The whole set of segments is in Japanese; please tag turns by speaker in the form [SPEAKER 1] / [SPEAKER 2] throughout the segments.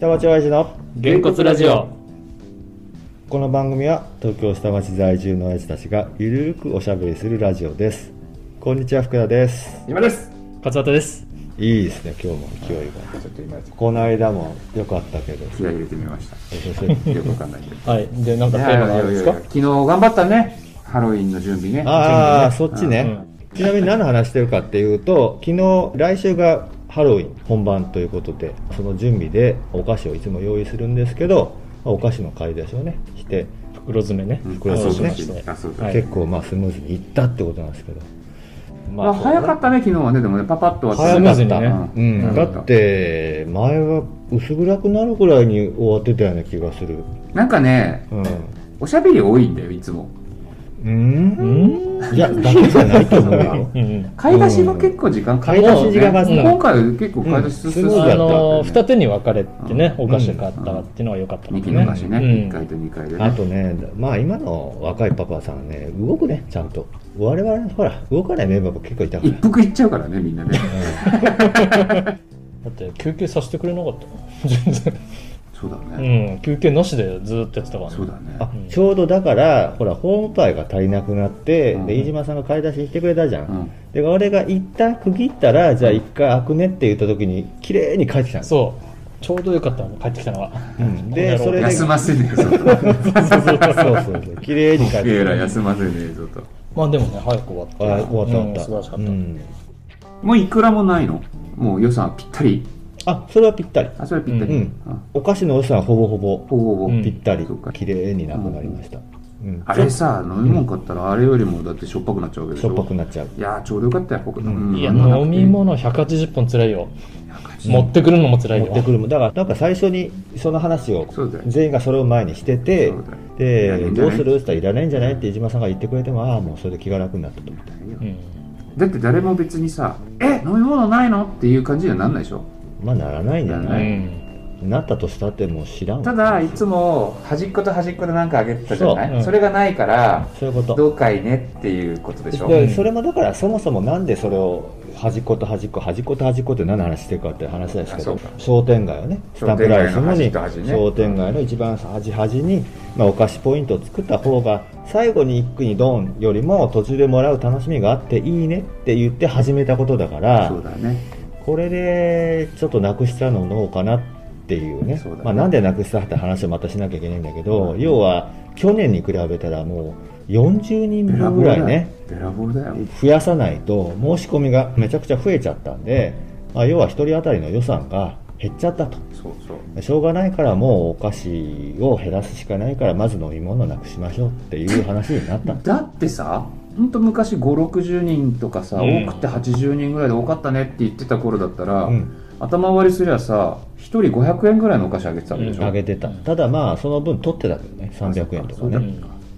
[SPEAKER 1] 下町親父の
[SPEAKER 2] げんこつラジオ
[SPEAKER 1] この番組は東京下町在住の親父たちがゆるーくおしゃべりするラジオですこんにちは福田です
[SPEAKER 3] 今です
[SPEAKER 2] 勝俣です
[SPEAKER 1] いいですね今日も勢いが
[SPEAKER 3] ちょっと今
[SPEAKER 1] この間も良かったけど
[SPEAKER 3] 気合い入れてみました よくわかんないけど
[SPEAKER 2] はいでなん
[SPEAKER 3] い
[SPEAKER 2] かテ
[SPEAKER 3] やい
[SPEAKER 2] ーマ
[SPEAKER 3] や
[SPEAKER 2] があるん
[SPEAKER 3] い
[SPEAKER 2] で
[SPEAKER 3] や
[SPEAKER 2] す
[SPEAKER 3] いや
[SPEAKER 2] か
[SPEAKER 3] 昨日頑張ったねハロウィンの準備ね
[SPEAKER 1] ああ
[SPEAKER 2] 準
[SPEAKER 1] そっちねちなみに何の話してるかっていうと昨日来週がハロウィン本番ということでその準備でお菓子をいつも用意するんですけどまあお菓子の買い出しをねして
[SPEAKER 2] 袋詰めね
[SPEAKER 3] うん
[SPEAKER 1] 袋詰め
[SPEAKER 2] そうしました
[SPEAKER 3] あそうだ
[SPEAKER 2] はい
[SPEAKER 1] 結構まあスムーズにいったってことなんですけど、
[SPEAKER 3] まあ早かったね昨日はねでもねパパッとは
[SPEAKER 1] 早かった、
[SPEAKER 2] 早かった
[SPEAKER 1] う
[SPEAKER 2] ね
[SPEAKER 1] ん、だって前は薄暗くなるぐらいに終わってたような気がする
[SPEAKER 3] なんかね
[SPEAKER 1] うん
[SPEAKER 3] おしゃべり多いんだよいつも
[SPEAKER 1] うんいやだけじゃないと思うよ
[SPEAKER 2] うんうん
[SPEAKER 3] 買い出しは結構時間かかる、
[SPEAKER 1] 買い出し時間がかかる
[SPEAKER 3] 今回は結構買い出し進んで
[SPEAKER 1] うんそう
[SPEAKER 3] た
[SPEAKER 1] だ
[SPEAKER 2] あ
[SPEAKER 1] った
[SPEAKER 2] の
[SPEAKER 3] 二
[SPEAKER 2] 二手に分かれてね
[SPEAKER 3] う
[SPEAKER 2] お
[SPEAKER 1] ん
[SPEAKER 2] 菓子があったっていうのは良かったの
[SPEAKER 3] 2
[SPEAKER 2] か
[SPEAKER 3] 期の
[SPEAKER 2] ね
[SPEAKER 3] 話ね、
[SPEAKER 2] うん
[SPEAKER 3] 1回と2回でね
[SPEAKER 1] あとねまあ今の若いパパさんはね動くねちゃんと我々のほら動かないメンバーも結構いたか
[SPEAKER 3] 一
[SPEAKER 1] ら
[SPEAKER 3] 服いっちゃうからねみんなね
[SPEAKER 2] だって休憩させてくれなかったもん全
[SPEAKER 3] そうだね、
[SPEAKER 2] 然うん休憩なしでずーっとやってたから
[SPEAKER 3] そうだ
[SPEAKER 2] ね
[SPEAKER 3] ね
[SPEAKER 1] あちょうどだからほらホームパイが足りなくなって、
[SPEAKER 3] うん
[SPEAKER 1] で飯島さんが買い出しにしてくれたじゃん、
[SPEAKER 3] うん
[SPEAKER 1] で俺が一旦区切ったらじゃあ一回開くねって言った時に綺麗に帰ってきたんです
[SPEAKER 2] そうちょうど良かったの帰ってきたのは
[SPEAKER 1] うんでそれで
[SPEAKER 3] 休ませねえ ぞ と
[SPEAKER 1] そうそうそう綺麗に帰って
[SPEAKER 3] えらい休ませねえぞと
[SPEAKER 2] まあでもね早く終わった
[SPEAKER 1] あ終わった終わった、
[SPEAKER 2] うん素晴らしかっ
[SPEAKER 1] う
[SPEAKER 2] た
[SPEAKER 1] ん
[SPEAKER 3] もういくらもないのもう予算ぴったり
[SPEAKER 1] あそれはぴったり
[SPEAKER 3] あそれぴったり、
[SPEAKER 1] うん
[SPEAKER 3] あ
[SPEAKER 1] お菓子の予算はほぼほぼ
[SPEAKER 3] ほぼほぼ、
[SPEAKER 2] うん
[SPEAKER 1] ぴったり
[SPEAKER 3] そうか
[SPEAKER 1] 綺麗になくなりました、うん
[SPEAKER 3] あれさ飲み物買ったらあれよりもだってしょっぱくなっちゃうわけ
[SPEAKER 1] し
[SPEAKER 3] でしょ
[SPEAKER 1] ょっぱくなっちゃう
[SPEAKER 3] いやーちょうどよかったよ僕、
[SPEAKER 1] うん
[SPEAKER 2] いや飲み物180本つらいよ持ってくるのもつらい
[SPEAKER 1] 持
[SPEAKER 2] よ
[SPEAKER 1] ってくるもんだからなんか最初にその話を
[SPEAKER 3] そうだよ
[SPEAKER 1] 全員がそれを前にしてて
[SPEAKER 3] そうだよいらね
[SPEAKER 1] で
[SPEAKER 3] えんじ
[SPEAKER 1] ど
[SPEAKER 3] ゃ
[SPEAKER 1] う
[SPEAKER 3] ない
[SPEAKER 1] するって言ったらいらないんじゃないって飯島さんが言ってくれてもああもうそれで気が楽になったと思って
[SPEAKER 2] うん
[SPEAKER 3] だって誰も別にさ「え飲み物ないの?」っていう感じにはなんないでしょ
[SPEAKER 1] まあならないんじゃ
[SPEAKER 2] う
[SPEAKER 1] ない、
[SPEAKER 2] ん
[SPEAKER 1] なったとしたってもう知らんわ
[SPEAKER 3] ただいつも端っこと端っこで何かあげてたじゃない
[SPEAKER 2] そ,、
[SPEAKER 3] そう
[SPEAKER 2] うん
[SPEAKER 3] れがないから
[SPEAKER 1] そういうこと
[SPEAKER 3] どうかいねっていうことでしょ
[SPEAKER 1] で
[SPEAKER 2] うん
[SPEAKER 1] それもだからそもそもなんでそれを端っこと端っこ端っこと端っこって何の話してるかって話なんですけ
[SPEAKER 3] あそう
[SPEAKER 1] ど
[SPEAKER 3] か
[SPEAKER 1] 商店街をねス
[SPEAKER 3] 商
[SPEAKER 1] タンプ
[SPEAKER 3] 店
[SPEAKER 1] ライ
[SPEAKER 3] 街
[SPEAKER 1] ス
[SPEAKER 3] の
[SPEAKER 1] のに
[SPEAKER 3] 端と端ね
[SPEAKER 1] 商店街の一番端端に、まあ、お菓子ポイントを作った方が最後に一句にドンよりも途中でもらう楽しみがあっていいねって言って始めたことだから
[SPEAKER 3] そうだね
[SPEAKER 1] これでちょっとなくしたのどうかなっていうね
[SPEAKER 3] そうだね
[SPEAKER 1] まあ、なんでなくしたって話をまたしなきゃいけないんだけど要は去年に比べたらもう40人
[SPEAKER 3] べら
[SPEAKER 1] 分
[SPEAKER 3] ぼう
[SPEAKER 1] ぐ
[SPEAKER 3] だ
[SPEAKER 1] らい
[SPEAKER 3] よ
[SPEAKER 1] ね
[SPEAKER 3] べらぼうだよ
[SPEAKER 1] 増やさないと申し込みがめちゃくちゃ増えちゃったんで、まあ、要は1人当たりの予算が減っちゃったと
[SPEAKER 3] そうそう
[SPEAKER 1] しょうがないからもうお菓子を減らすしかないからまず飲み物なくしましょうっていう話になったん
[SPEAKER 3] だってさほんと昔560人とかさ、
[SPEAKER 2] うん
[SPEAKER 3] 多くて80人ぐらいで多かったねって言ってた頃だったら、
[SPEAKER 1] うん
[SPEAKER 3] 頭割りすりゃさ1人500円ぐらいのお菓子あげてたんでしょ、
[SPEAKER 1] 上げてたただまあその分取ってたけどね300円とか
[SPEAKER 3] そうだ
[SPEAKER 1] ね
[SPEAKER 2] う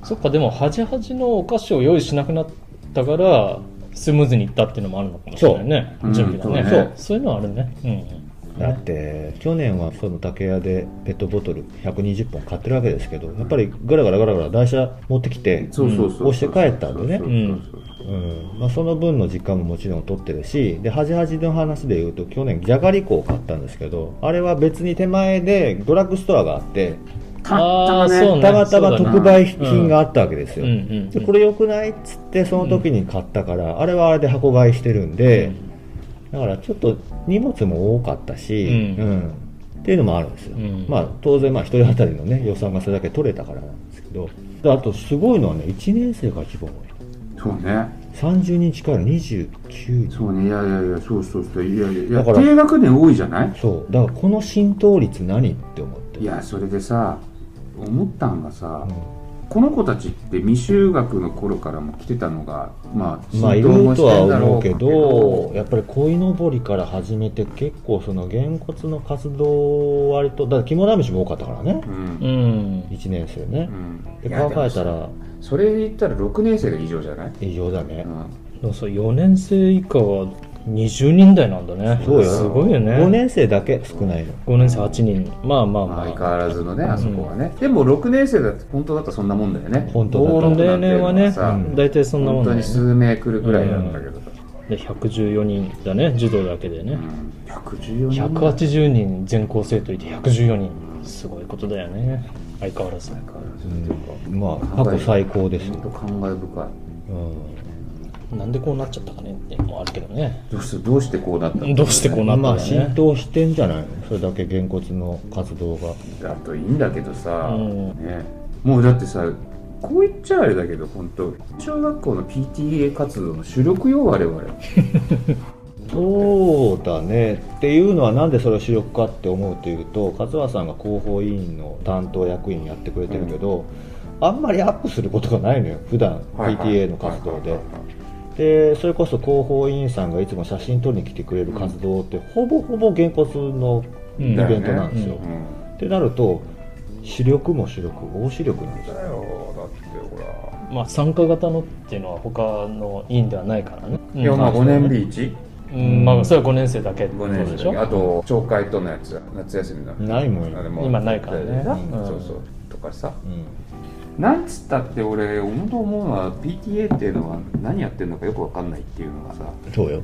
[SPEAKER 2] んそっかでも端々のお菓子を用意しなくなったからスムーズにいったっていうのもあるのかもしれないね
[SPEAKER 3] そう
[SPEAKER 2] 準備がね,、
[SPEAKER 3] うん
[SPEAKER 2] そ
[SPEAKER 3] そうう
[SPEAKER 2] そうい
[SPEAKER 3] ね
[SPEAKER 2] うのはあるねうん
[SPEAKER 1] だって去年はその竹屋でペットボトル120本買ってるわけですけどやっぱりガラガラガラガラ台車持ってきて
[SPEAKER 3] そうそうそうそう、
[SPEAKER 1] うん押して帰ったんでね
[SPEAKER 3] そうそう
[SPEAKER 1] うんまあ、その分の実感ももちろん取ってるしで端々の話で言うと去年じゃがりこを買ったんですけどあれは別に手前でドラッグストアがあって
[SPEAKER 3] たまた
[SPEAKER 2] あー
[SPEAKER 3] まね
[SPEAKER 2] そうね
[SPEAKER 1] たまたま
[SPEAKER 2] そうだな
[SPEAKER 1] 特売品があったわけです
[SPEAKER 2] う
[SPEAKER 1] よ、
[SPEAKER 2] んうん
[SPEAKER 1] でこれ良くないっつってその時に買ったから、あれはあれで箱買いしてるん
[SPEAKER 2] う
[SPEAKER 1] で、
[SPEAKER 2] ん
[SPEAKER 1] だからちょっと荷物も多かったし、
[SPEAKER 2] うん
[SPEAKER 1] うんっていうのもあるんですよ、
[SPEAKER 2] うん
[SPEAKER 1] まあ、当然まあ1人当たりの、ね、予算がそれだけ取れたからなんですけどであとすごいのはね1年生が一番多い
[SPEAKER 3] そうね
[SPEAKER 1] 30人近いの29人
[SPEAKER 3] そうねいやいやいやそうそうそういやいやいや
[SPEAKER 1] だから
[SPEAKER 3] 低学年多いじゃない
[SPEAKER 1] そうだからこの浸透率何って思って
[SPEAKER 3] いやそれでさ思ったんがさ、
[SPEAKER 1] うん
[SPEAKER 3] この子たちって未就学の頃からも来てたのがまあ
[SPEAKER 1] まあい
[SPEAKER 3] 浸透
[SPEAKER 1] る
[SPEAKER 3] も
[SPEAKER 1] と
[SPEAKER 3] し
[SPEAKER 1] は
[SPEAKER 3] てんだろ
[SPEAKER 1] 思う
[SPEAKER 3] う
[SPEAKER 1] け
[SPEAKER 3] け
[SPEAKER 1] ど
[SPEAKER 3] ど
[SPEAKER 1] やっぱり鯉のぼりから始めて結構そのげんこつの活動割とだから肝試しも多かったからね
[SPEAKER 3] うん
[SPEAKER 2] うん
[SPEAKER 1] 1年生ね
[SPEAKER 3] う、ん
[SPEAKER 1] で
[SPEAKER 3] いや
[SPEAKER 1] 考え
[SPEAKER 3] で
[SPEAKER 1] た
[SPEAKER 3] も
[SPEAKER 1] ら
[SPEAKER 3] それで言ったら6年生が異常じゃない、
[SPEAKER 1] 異常だね、
[SPEAKER 3] う
[SPEAKER 2] でもさ4年生以下は20人台なんだね
[SPEAKER 1] そうよ
[SPEAKER 2] すごいよね
[SPEAKER 1] 5年生だけ少ないの
[SPEAKER 2] 五年生8人まあまあ
[SPEAKER 3] ん、
[SPEAKER 2] ま
[SPEAKER 3] 相変
[SPEAKER 2] あ
[SPEAKER 3] わらずのねあそこはね、でも6年生だって本当だったらそんなもんだよね
[SPEAKER 1] 本当だ
[SPEAKER 3] 道
[SPEAKER 1] った
[SPEAKER 3] 路
[SPEAKER 2] 例年はね
[SPEAKER 3] さ
[SPEAKER 1] うん
[SPEAKER 2] 大体そんなも
[SPEAKER 3] 本
[SPEAKER 2] んだよね
[SPEAKER 3] 当に数名来るくらいなんだけど、
[SPEAKER 2] うで114人だね児童だけでね、
[SPEAKER 3] うん、114人
[SPEAKER 2] 180人全校生徒いて114人すごいことだよね相変わらず
[SPEAKER 3] だからそれとか
[SPEAKER 1] まあ過去最高です
[SPEAKER 3] 本当感慨深い
[SPEAKER 1] うん
[SPEAKER 2] なんでこうなっちゃったかねってのもあるけどね
[SPEAKER 3] どうしてどうしてこうなったの
[SPEAKER 2] どうしてこうなった
[SPEAKER 1] ま
[SPEAKER 2] の
[SPEAKER 1] あ
[SPEAKER 2] か
[SPEAKER 1] 浸
[SPEAKER 2] ね、
[SPEAKER 1] 透してんじゃないのそれだけげんこつの活動が
[SPEAKER 3] だといいんだけどさ、
[SPEAKER 2] うん
[SPEAKER 3] ね、もうだってさこう言っちゃあれだけど本当小学校の PTA 活動の主力よ我々
[SPEAKER 1] そうだねっていうのはなんでそれを主力かって思うというと勝和さんが広報委員の担当役員やってくれてるけど、あんまりアップすることがないのよ普段 PTA の活動ででそれこそ広報委員さんがいつも写真撮りに来てくれる活動って、ほぼほぼげんこつの
[SPEAKER 2] う
[SPEAKER 1] イ
[SPEAKER 2] ん
[SPEAKER 3] だ
[SPEAKER 1] ベ
[SPEAKER 3] よ
[SPEAKER 1] ン
[SPEAKER 3] ね
[SPEAKER 1] トなんですよ、
[SPEAKER 3] うん
[SPEAKER 1] ってなると主力も主力大主力なんですよ
[SPEAKER 3] だよだってほら、
[SPEAKER 2] まあ、参加型のっていうのは他の委員ではないからね、うん
[SPEAKER 3] いやまあ5年 B 一
[SPEAKER 2] うんまあ、それは5年生だけってこ
[SPEAKER 3] 5
[SPEAKER 2] と
[SPEAKER 3] 年生
[SPEAKER 2] で
[SPEAKER 3] だ
[SPEAKER 2] し
[SPEAKER 3] け
[SPEAKER 2] ょ
[SPEAKER 3] あと町会とのやつ夏休みの
[SPEAKER 1] ないもん
[SPEAKER 3] あれ
[SPEAKER 1] よ、
[SPEAKER 3] も
[SPEAKER 2] 今ないからねうん
[SPEAKER 3] そうそうとかさ
[SPEAKER 1] うん、
[SPEAKER 3] なんつったって俺本当思うのは PTA っていうのは何やってるのかよくわかんないっていうのがさ
[SPEAKER 1] そうよ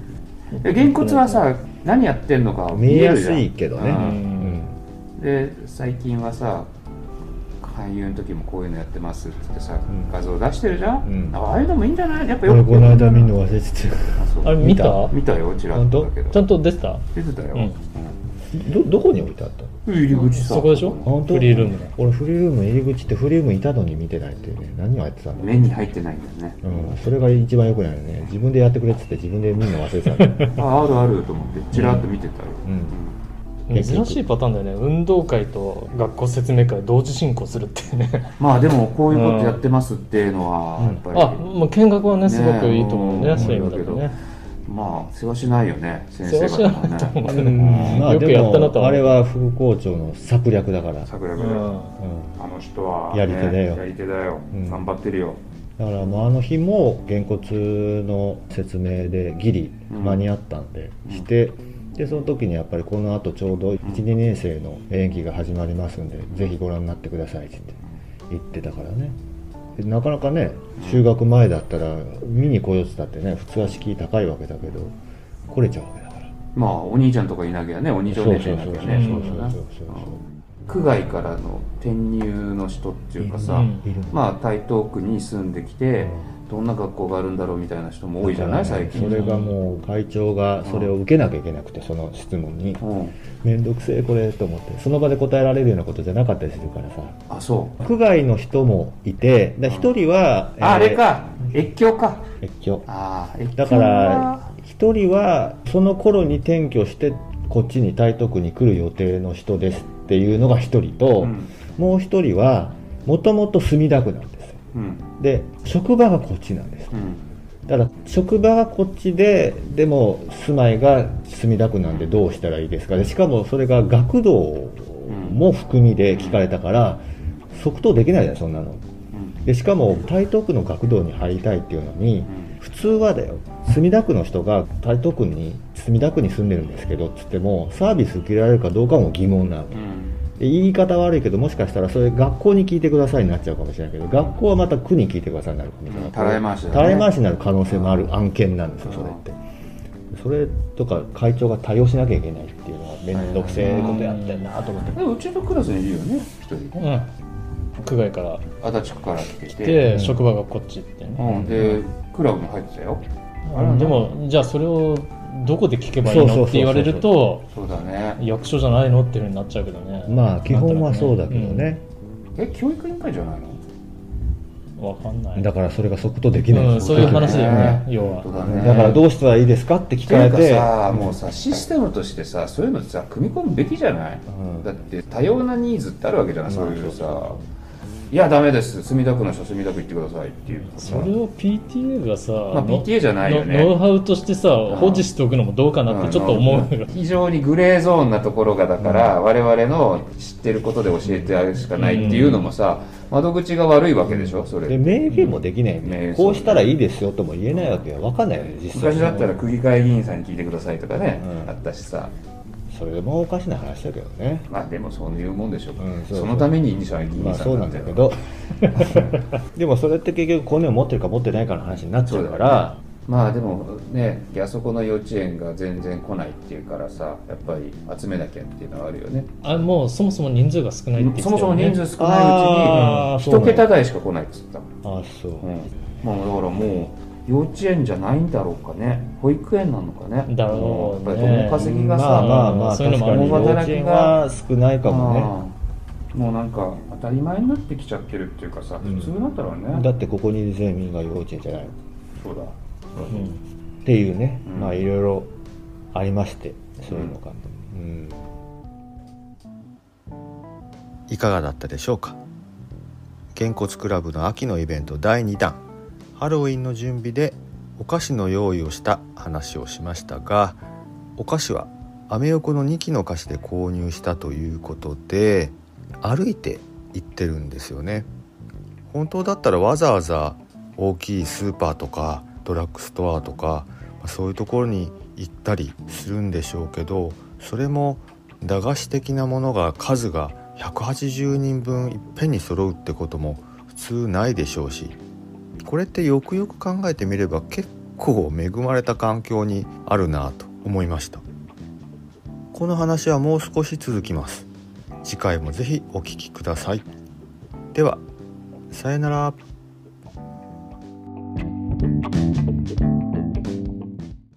[SPEAKER 3] えげんこつはさ何やってんのか
[SPEAKER 1] 見
[SPEAKER 3] 見
[SPEAKER 1] え
[SPEAKER 3] え
[SPEAKER 1] や
[SPEAKER 3] るじ
[SPEAKER 1] す
[SPEAKER 3] ゃん
[SPEAKER 1] いけどね、
[SPEAKER 3] う
[SPEAKER 1] うんん
[SPEAKER 3] で最近はさ俳優の時もこういうのやってますっつってさ、
[SPEAKER 1] ん
[SPEAKER 3] 画像出してるじゃん、
[SPEAKER 1] うん
[SPEAKER 3] あああいうのもいいんじゃないやっぱよ
[SPEAKER 1] 俺
[SPEAKER 3] く
[SPEAKER 1] この間見るの忘れてて
[SPEAKER 3] あそう
[SPEAKER 2] あれ見た
[SPEAKER 3] 見たよちらっ
[SPEAKER 1] 本
[SPEAKER 3] と
[SPEAKER 1] 当
[SPEAKER 3] だけど
[SPEAKER 2] ちゃんと出てた
[SPEAKER 3] 出てたよ、
[SPEAKER 2] うん
[SPEAKER 1] どどこに置いてあったの
[SPEAKER 3] 入り口さ
[SPEAKER 2] そこでしょ
[SPEAKER 1] 本当
[SPEAKER 2] フリールームの
[SPEAKER 1] 俺フリールームの入り口ってフリールームいたのに見てないっていうね何をやってたんだ
[SPEAKER 3] 目に入ってないんだ よね
[SPEAKER 1] うん、それが一番良くないよね自分でやってくれっつって自分で見るの忘れてたん だよ
[SPEAKER 3] ああるあると思ってちらっと見てたよ、
[SPEAKER 1] うん結
[SPEAKER 2] 珍
[SPEAKER 1] 局
[SPEAKER 2] しいパターンだよね運動会と学校説明会同時進行するっていうね
[SPEAKER 3] まあでもこういうことやってますっていうのはやっぱり、
[SPEAKER 2] あ、まあ、見学はねすごくいいと思うね
[SPEAKER 3] ね
[SPEAKER 2] そういう意味だとね
[SPEAKER 3] まあ世話しないよね先
[SPEAKER 2] 世
[SPEAKER 3] 生
[SPEAKER 2] 話し
[SPEAKER 3] 方
[SPEAKER 2] ないと
[SPEAKER 3] はね
[SPEAKER 2] 思う
[SPEAKER 1] う
[SPEAKER 2] ね、
[SPEAKER 1] んまあ
[SPEAKER 2] よくやったなと
[SPEAKER 1] でも
[SPEAKER 2] は思う
[SPEAKER 1] あれは副校長の策略だから、
[SPEAKER 3] 桜
[SPEAKER 2] う
[SPEAKER 3] 部、
[SPEAKER 2] ん
[SPEAKER 1] うん、
[SPEAKER 3] あの人は、
[SPEAKER 1] やり手だよ
[SPEAKER 3] やり手だよ、
[SPEAKER 1] うん
[SPEAKER 3] 頑張ってるよ
[SPEAKER 1] だからもうあの日もげんこつの説明でギリ間に合ったんで、
[SPEAKER 3] うん
[SPEAKER 1] してでその時にやっぱりこのあとちょうど12年生の演技が始まりますんで、ぜひご覧になってくださいって言ってたからねでなかなかね修学前だったら見に来ようって言ったってね普通は敷居高いわけだけど来れちゃうわけだから
[SPEAKER 3] まあお兄ちゃんとかいなきゃねお兄ちゃんお姉ちゃんいなきゃね
[SPEAKER 2] そうそうそう
[SPEAKER 3] だな
[SPEAKER 1] そうそうそうそう
[SPEAKER 3] 区外からの転入の人っていうかさ、
[SPEAKER 2] うん
[SPEAKER 1] いるの
[SPEAKER 3] まあ台東区に住んできて、どんな学校があるんだろうみたいな人も多いじゃない
[SPEAKER 1] だから
[SPEAKER 3] 最
[SPEAKER 1] ね
[SPEAKER 3] 近
[SPEAKER 1] それがもう会長がそれを受けなきゃいけなくてその質問に
[SPEAKER 3] うん
[SPEAKER 1] 面倒くせえこれと思ってその場で答えられるようなことじゃなかったりするからさ
[SPEAKER 3] あそう
[SPEAKER 1] 区外の人もいてだ一人は、えー
[SPEAKER 3] ああれか越境か
[SPEAKER 1] 越境
[SPEAKER 3] ああ越境
[SPEAKER 1] だ
[SPEAKER 3] は
[SPEAKER 1] から一人はその頃に転居してこっちに台東区に来る予定の人ですっていうのが一人と、
[SPEAKER 3] うん
[SPEAKER 1] もう一人はもともと墨田区なんですよ
[SPEAKER 3] うん
[SPEAKER 1] で職場がこっちなんです
[SPEAKER 3] うん
[SPEAKER 1] だから職場はこっちででも住まいが墨田区なんでどうしたらいいですかでしかもそれが学童も含みで聞かれたから即答できないじゃんそんなの
[SPEAKER 3] うん
[SPEAKER 1] でしかも台東区の学童に入りたいっていうのに
[SPEAKER 3] うん
[SPEAKER 1] 普通はだよ墨田区の人が台東区に墨田区に住んでるんですけどっつってもサービス受けられるかどうかも疑問なわけ
[SPEAKER 3] うん
[SPEAKER 1] で言い方悪いけどもしかしたらそれ学校に聞いてくださいになっちゃうかもしれないけど学校はまた区に聞いてくださいになるみたいな
[SPEAKER 3] たらい回しだね
[SPEAKER 1] たらい回しになる可能性もある案件なんですよそれってそれとか会長が対応しなきゃいけないっていうのは面倒くせえことやってんなと思って
[SPEAKER 3] でもうちのクラスにいるよね一人
[SPEAKER 2] うん区外から
[SPEAKER 3] 足立区から来てて
[SPEAKER 2] 来て、職場がこっちってね、
[SPEAKER 3] うん、でクラブも入ってたよあ
[SPEAKER 2] う
[SPEAKER 3] れ
[SPEAKER 2] んでもじゃあそれをどこで聞けばいい
[SPEAKER 1] そうそうそうそ
[SPEAKER 2] の
[SPEAKER 1] う
[SPEAKER 2] って言われると
[SPEAKER 3] そうだね
[SPEAKER 2] 役所じゃないのっていうふうになっちゃうけどね
[SPEAKER 1] まあ基本はそうだけどね、
[SPEAKER 3] え教育委員会じゃないの
[SPEAKER 2] うんわかんない
[SPEAKER 1] だからそれが即答できない、
[SPEAKER 2] うんそういう話だよね
[SPEAKER 3] そう
[SPEAKER 2] 要は
[SPEAKER 3] 本当だね
[SPEAKER 1] だからどうしたらいいですかって聞
[SPEAKER 3] と
[SPEAKER 1] か
[SPEAKER 3] い
[SPEAKER 1] れ
[SPEAKER 3] うか
[SPEAKER 1] て
[SPEAKER 3] さもうさシステムとしてさそういうのさ組み込むべきじゃない、
[SPEAKER 1] うん
[SPEAKER 3] だって多様なニーズってあるわけじゃない、
[SPEAKER 1] うん
[SPEAKER 3] そういうさいやダメです墨田区の人墨田区行ってくださいっていう
[SPEAKER 2] それを PTA がさ、
[SPEAKER 3] まあ PTA じゃないよね
[SPEAKER 2] のノウハウとしてさ保持しておくのもどうかなってちょっと思うよ、
[SPEAKER 3] 非常にグレーゾーンなところがだから、我々の知ってることで教えてあげるしかないっていうのもさ、窓口が悪いわけでしょそれ
[SPEAKER 1] で明言もできない、
[SPEAKER 3] んね
[SPEAKER 1] こうしたらいいですよとも言えないわけは分かんないよね実際
[SPEAKER 3] 昔
[SPEAKER 1] に
[SPEAKER 3] だったら区議会議員さんに聞いてくださいとかね、
[SPEAKER 1] うん
[SPEAKER 3] あったしさ
[SPEAKER 1] それもおかしな話だけどね
[SPEAKER 3] まあでもそういうもんでしょう、
[SPEAKER 1] うんそうそう
[SPEAKER 3] そのために西は議
[SPEAKER 1] まあ
[SPEAKER 3] 員さ
[SPEAKER 1] そう
[SPEAKER 3] ん
[SPEAKER 1] な
[SPEAKER 3] な
[SPEAKER 1] んん
[SPEAKER 3] だ
[SPEAKER 1] だ
[SPEAKER 3] よ
[SPEAKER 1] けどでもそれって結局コネを持ってるか持ってないかの話になっちゃうから
[SPEAKER 3] まあでもねあそこの幼稚園が全然来ないっていうからさやっぱり集めなきゃっていうのはあるよね
[SPEAKER 2] あもうそもそも人数が少ないって言ってた
[SPEAKER 3] そもそも
[SPEAKER 2] よね
[SPEAKER 3] 人数少
[SPEAKER 1] あーそうなん
[SPEAKER 3] ないうちに一
[SPEAKER 1] だ
[SPEAKER 3] 桁台しか来ないっつったもん
[SPEAKER 1] あそう、
[SPEAKER 3] うんまあだからもう幼稚園じゃないんだろうかね保育園なのかね
[SPEAKER 2] だろうね
[SPEAKER 3] やっぱり共稼ぎがさ、
[SPEAKER 1] まあまあま
[SPEAKER 2] う
[SPEAKER 1] あ
[SPEAKER 2] んそういうの
[SPEAKER 1] 確
[SPEAKER 2] もあ
[SPEAKER 1] か
[SPEAKER 2] る
[SPEAKER 1] に
[SPEAKER 3] よ
[SPEAKER 1] 幼稚園は少ないかも
[SPEAKER 3] うんもうなんか当たり前になってきちゃってるっていうかさ
[SPEAKER 1] うん
[SPEAKER 3] 普通なんだろうね、
[SPEAKER 1] ねだってここに全員が幼稚園じゃないっ
[SPEAKER 3] そうだ
[SPEAKER 2] うん
[SPEAKER 1] ていうね、
[SPEAKER 3] うん
[SPEAKER 1] まあいろいろありましてそういうのが、うんいかがだったでしょうかげんこつクラブの秋のイベント第2弾ハロウィンの準備でお菓子の用意をした話をしましたがお菓子はアメ横の2期の菓子で購入したということで歩いて行ってるんですよね本当だったらわざわざ大きいスーパーとかドラッグストアとかまあそういうところに行ったりするんでしょうけどそれも駄菓子的なものが数が180人分いっぺんに揃うってことも普通ないでしょうしこれってよくよく考えてみれば結構恵まれた環境にあるなぁと思いましたこの話はもう少し続きます次回もぜひお聞きくださいではさよなら